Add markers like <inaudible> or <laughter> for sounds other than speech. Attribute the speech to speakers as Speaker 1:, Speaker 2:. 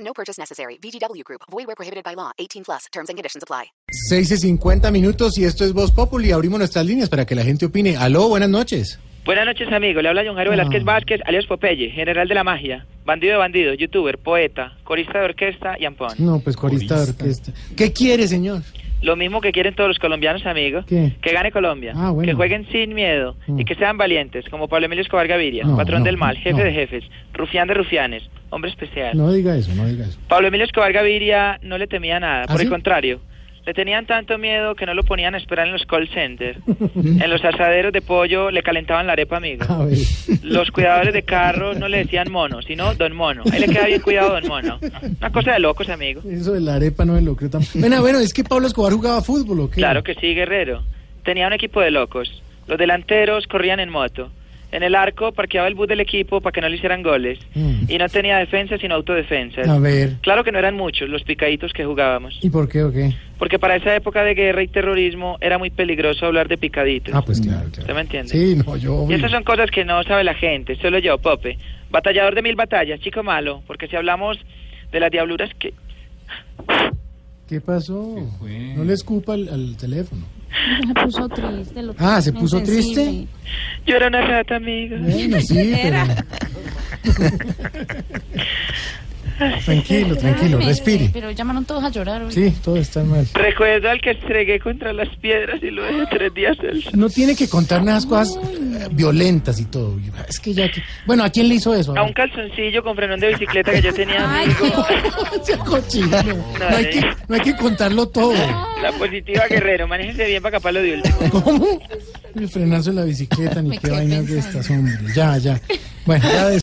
Speaker 1: No purchase necessary. VGW Group. Void where prohibited by law. 18 plus. Terms and conditions apply.
Speaker 2: 6 y 50 minutos y esto es Voz Populi. Abrimos nuestras líneas para que la gente opine. Aló, buenas noches.
Speaker 3: Buenas noches, amigo. Le habla John Jairo
Speaker 2: Ah.
Speaker 3: Velázquez Vázquez, alias Popeye, general de la magia, bandido de bandido, youtuber, poeta, corista de orquesta y ampón.
Speaker 2: No, pues corista, de orquesta. ¿Qué quiere, señor?
Speaker 3: Lo mismo que quieren todos los colombianos, amigo.
Speaker 2: ¿Qué?
Speaker 3: Que gane Colombia.
Speaker 2: Ah, bueno. Mm.
Speaker 3: Que jueguen sin miedo y que sean valientes, como Pablo Emilio Escobar Gaviria,
Speaker 2: No,
Speaker 3: patrón
Speaker 2: no,
Speaker 3: del mal, jefe
Speaker 2: no.
Speaker 3: de jefes, rufián de rufianes, hombre especial.
Speaker 2: No diga eso, no diga eso.
Speaker 3: Pablo Emilio Escobar Gaviria no le temía nada,
Speaker 2: ¿Ah,
Speaker 3: por el
Speaker 2: sí?
Speaker 3: contrario. Le tenían tanto miedo que no lo ponían a esperar en los call
Speaker 2: <laughs>
Speaker 3: centers. en los asaderos de pollo le calentaban la arepa, amigo.
Speaker 2: A ver.
Speaker 3: Los cuidadores de carros no le decían mono, sino don mono. Ahí le queda bien cuidado don mono. Una cosa de locos, amigo.
Speaker 2: Eso de la arepa no me lo creo tampoco. Bueno, bueno, es que Pablo Escobar jugaba fútbol, ¿o qué?
Speaker 3: Claro que sí, guerrero. Tenía un equipo de locos. Los delanteros corrían en moto. En el arco parqueaba el bus del equipo para que no le hicieran goles.
Speaker 2: Mm.
Speaker 3: Y no tenía defensa sino autodefensas.
Speaker 2: A ver.
Speaker 3: Claro que no eran muchos los picaditos que jugábamos.
Speaker 2: ¿Y por qué o qué?
Speaker 3: Porque para esa época de guerra y terrorismo era muy peligroso hablar de picaditos.
Speaker 2: Ah, pues claro, claro.
Speaker 3: ¿Usted me entiende?
Speaker 2: Sí, no, yo.
Speaker 3: Y
Speaker 2: obvio.
Speaker 3: estas son cosas que no sabe la gente, solo yo, Pope. Batallador de mil batallas, chico malo, porque si hablamos de las diabluras que...
Speaker 2: ¿Qué pasó? No le escupa al, al <laughs> teléfono.
Speaker 4: Se puso triste. lo
Speaker 2: Ah, ¿se
Speaker 4: puso
Speaker 2: puso triste?
Speaker 4: sensible.
Speaker 3: Yo era una rata, amigo.
Speaker 2: Bueno, sí, pero. <laughs> tranquilo, tranquilo,
Speaker 4: Ay,
Speaker 2: respire.
Speaker 4: Pero llamaron todos a llorar. hoy.
Speaker 2: Sí, todo está mal.
Speaker 3: Recuerdo al que estregué contra las piedras y lo dejé tres días del...
Speaker 2: No tiene que contar unas cosas eh, violentas y todo. "Ah, Es que ya. que- Bueno, ¿a quién le hizo eso?
Speaker 3: A un calzoncillo con frenón de bicicleta que yo tenía,
Speaker 4: Ay,
Speaker 3: amigo.
Speaker 2: <laughs> Ese cochino. No hay que, no hay que contarlo todo.
Speaker 3: La positiva, guerrero, manéjese bien para capaz lo de último.
Speaker 2: ¿Cómo? El frenazo de la bicicleta, ni
Speaker 4: Me
Speaker 2: qué
Speaker 4: quedé
Speaker 2: vainas de
Speaker 4: pensando.
Speaker 2: estas, hombre. Ya, ya. Bueno, ya de